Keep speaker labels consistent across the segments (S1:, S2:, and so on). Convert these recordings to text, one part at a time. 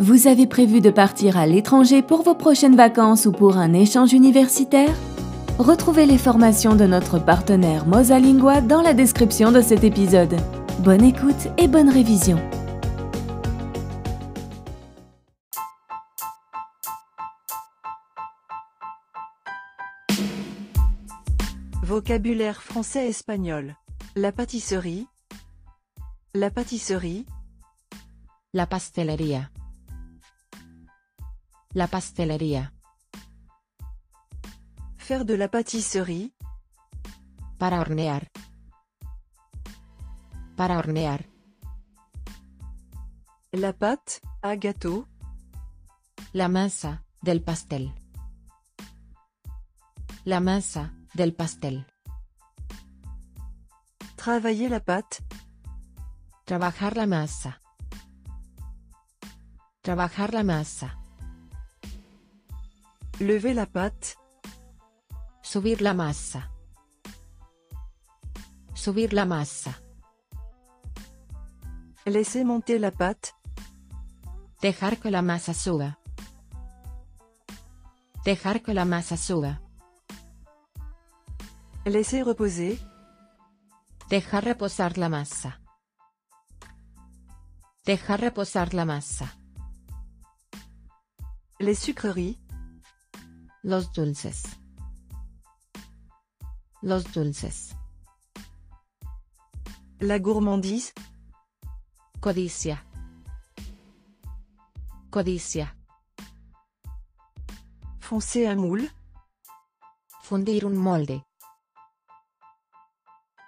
S1: Vous avez prévu de partir à l'étranger pour vos prochaines vacances ou pour un échange universitaire Retrouvez les formations de notre partenaire Mosalingua dans la description de cet épisode. Bonne écoute et bonne révision.
S2: Vocabulaire français-espagnol. La pâtisserie. La pâtisserie.
S3: La pastelería. La pastelería.
S2: Faire de la pâtisserie.
S3: Para hornear. Para hornear.
S2: La pâte à gâteau.
S3: La masa del pastel. La masa del pastel.
S2: Travailler la pâte.
S3: Trabajar la masa. Trabajar la masa.
S2: Lever la pâte.
S3: Subir la masa. Subir la masa.
S2: Laisser monter la pâte.
S3: Dejar que la masa suba. Dejar que la masa suba.
S2: Laisser reposer.
S3: Dejar reposar la masa. Dejar reposar la masa.
S2: Les sucreries.
S3: Los dulces. Los dulces.
S2: La gourmandise.
S3: Codicia. Codicia.
S2: Foncer un moule.
S3: Fundir un molde.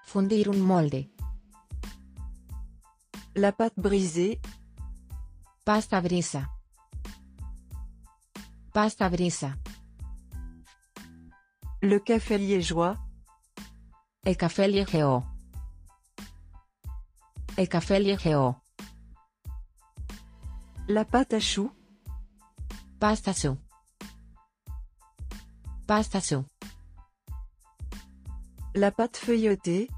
S3: Fundir un molde.
S2: La pâte brisée.
S3: Pasta brisa. Pasta brisa.
S2: Le café liégeois.
S3: El café liegeo. El café liegeo.
S2: La pâte à choux.
S3: Pasta su. Pasta su.
S2: La pâte feuilletée.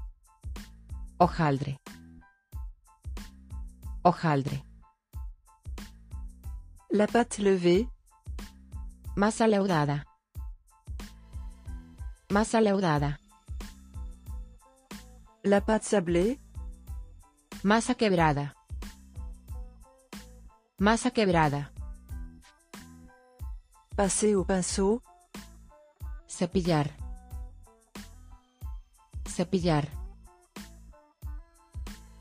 S3: Hojaldre. Hojaldre.
S2: La pâte levée.
S3: Masa leudada. Masa leudada.
S2: La pâte sablée.
S3: Masa quebrada. Masa quebrada.
S2: Passer au pinceau.
S3: Cepillar. Cepillar.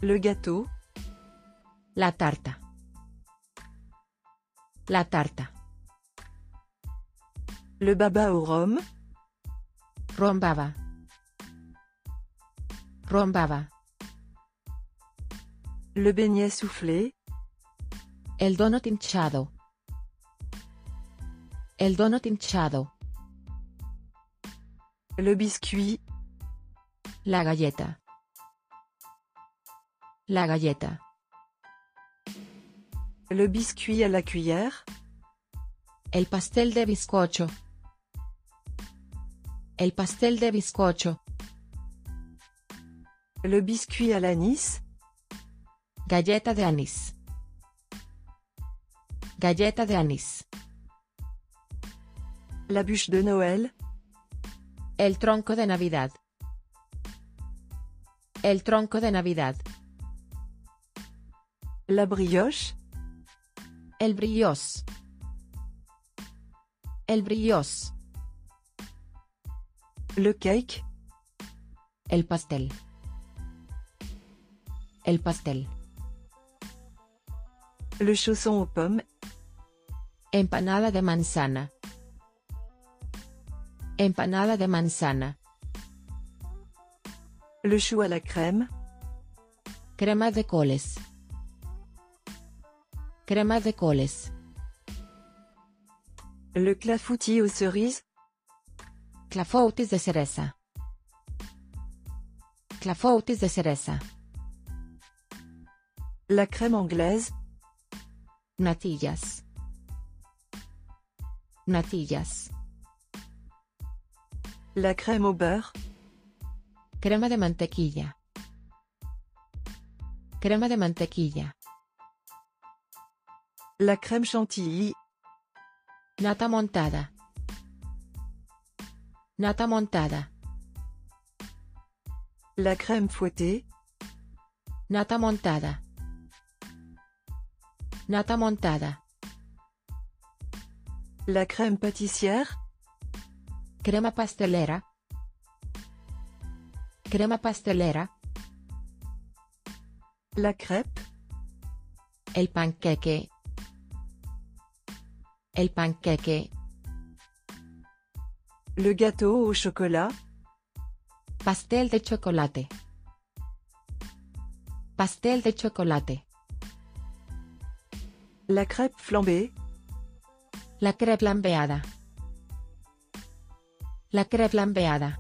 S2: Le gâteau.
S3: La tarta. La tarta.
S2: Le baba au rhum.
S3: Rombaba. Rombaba.
S2: Le beignet soufflé.
S3: El donut hinchado. El donut hinchado.
S2: Le biscuit.
S3: La galleta. La galleta.
S2: Le biscuit à la cuillère.
S3: El pastel de bizcocho. El pastel de bizcocho.
S2: Le biscuit à l'anis.
S3: Galleta de anís. Galleta de anís.
S2: La bûche de Noël.
S3: El tronco de Navidad. El tronco de Navidad.
S2: La brioche.
S3: El brillos. El brillos.
S2: Le cake.
S3: El pastel. El pastel.
S2: Le chausson aux pommes.
S3: Empanada de manzana. Empanada de manzana.
S2: Le chou à la crème.
S3: Crema de coles. Crema de coles.
S2: Le clafoutis aux cerises.
S3: Clafoutis de cereza. Clafoutis de cereza.
S2: La crème anglaise.
S3: Natillas. Natillas.
S2: La crème au beurre.
S3: Crema de mantequilla. Crema de mantequilla.
S2: la crème chantilly,
S3: nata montada, nata montada,
S2: la crème fouettée,
S3: nata montada, nata montada,
S2: la crème pâtissière,
S3: crema pastelera, crema pastelera,
S2: la crêpe,
S3: el panqueque, el panqueque,
S2: le gâteau au chocolat,
S3: pastel de chocolate, pastel de chocolate,
S2: la crêpe flambée,
S3: la crêpe lambeada, la crêpe lambeada,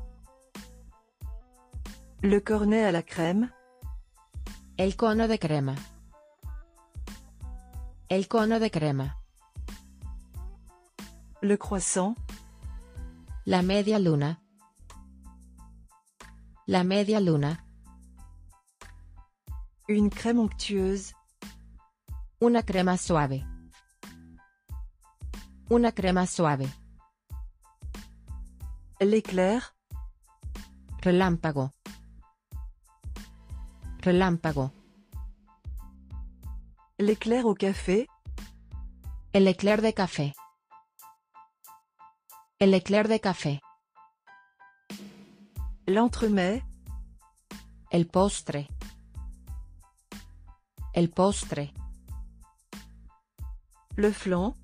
S2: le cornet à la crème,
S3: el cono de crema, el cono de crema,
S2: le croissant,
S3: la media luna, la media luna,
S2: une crème onctueuse,
S3: Una crema suave. Una crema suave.
S2: l'éclair,
S3: Relámpago. Relámpago.
S2: l'éclair au café,
S3: El eclair de café. El eclair de café.
S2: l'entremet,
S3: El postre. El postre.
S2: le flan,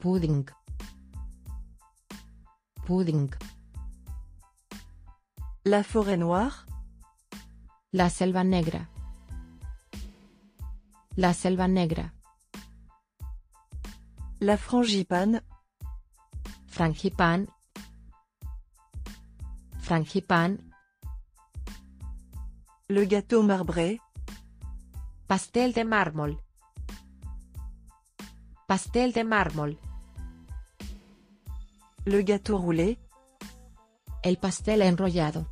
S3: Pudding. Pudding.
S2: la forêt noire,
S3: La selva negra. La selva negra.
S2: la frangipane,
S3: Frangipán. Frangipán.
S2: le gâteau marbré,
S3: Pastel de mármol. Pastel de mármol.
S2: le gâteau roulé,
S3: El pastel enrollado.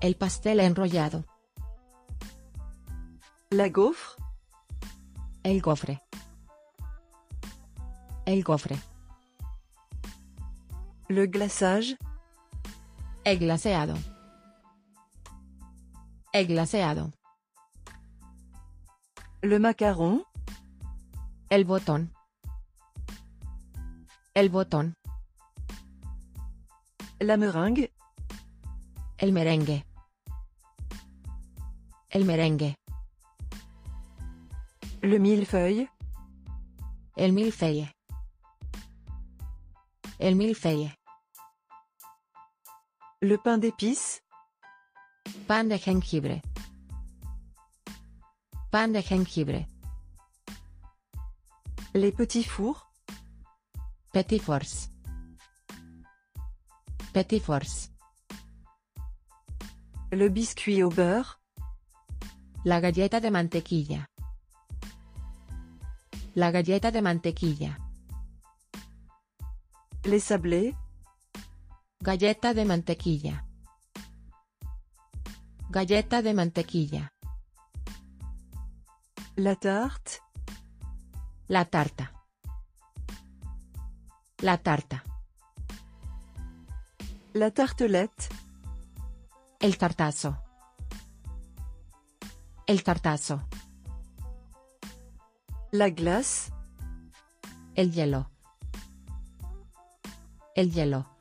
S3: El pastel enrollado.
S2: la gaufre,
S3: El gofre. El gofre.
S2: le glaçage,
S3: El glaseado. El glaseado.
S2: le macaron,
S3: El botón. El botón.
S2: la meringue,
S3: El merengue. El merengue.
S2: le millefeuille,
S3: El milfeye. El milfeye.
S2: le pain d'épices,
S3: Pan de jengibre. Pan de jengibre.
S2: les petits fours,
S3: Petit force. Petit force.
S2: le biscuit au beurre,
S3: La galleta de mantequilla. La galleta de mantequilla.
S2: les sablés,
S3: Galleta de mantequilla. Galleta de mantequilla.
S2: la tarte,
S3: La tarta. La tarta.
S2: la tartelette,
S3: El tartazo. El tartazo.
S2: la glace,
S3: El hielo. El hielo.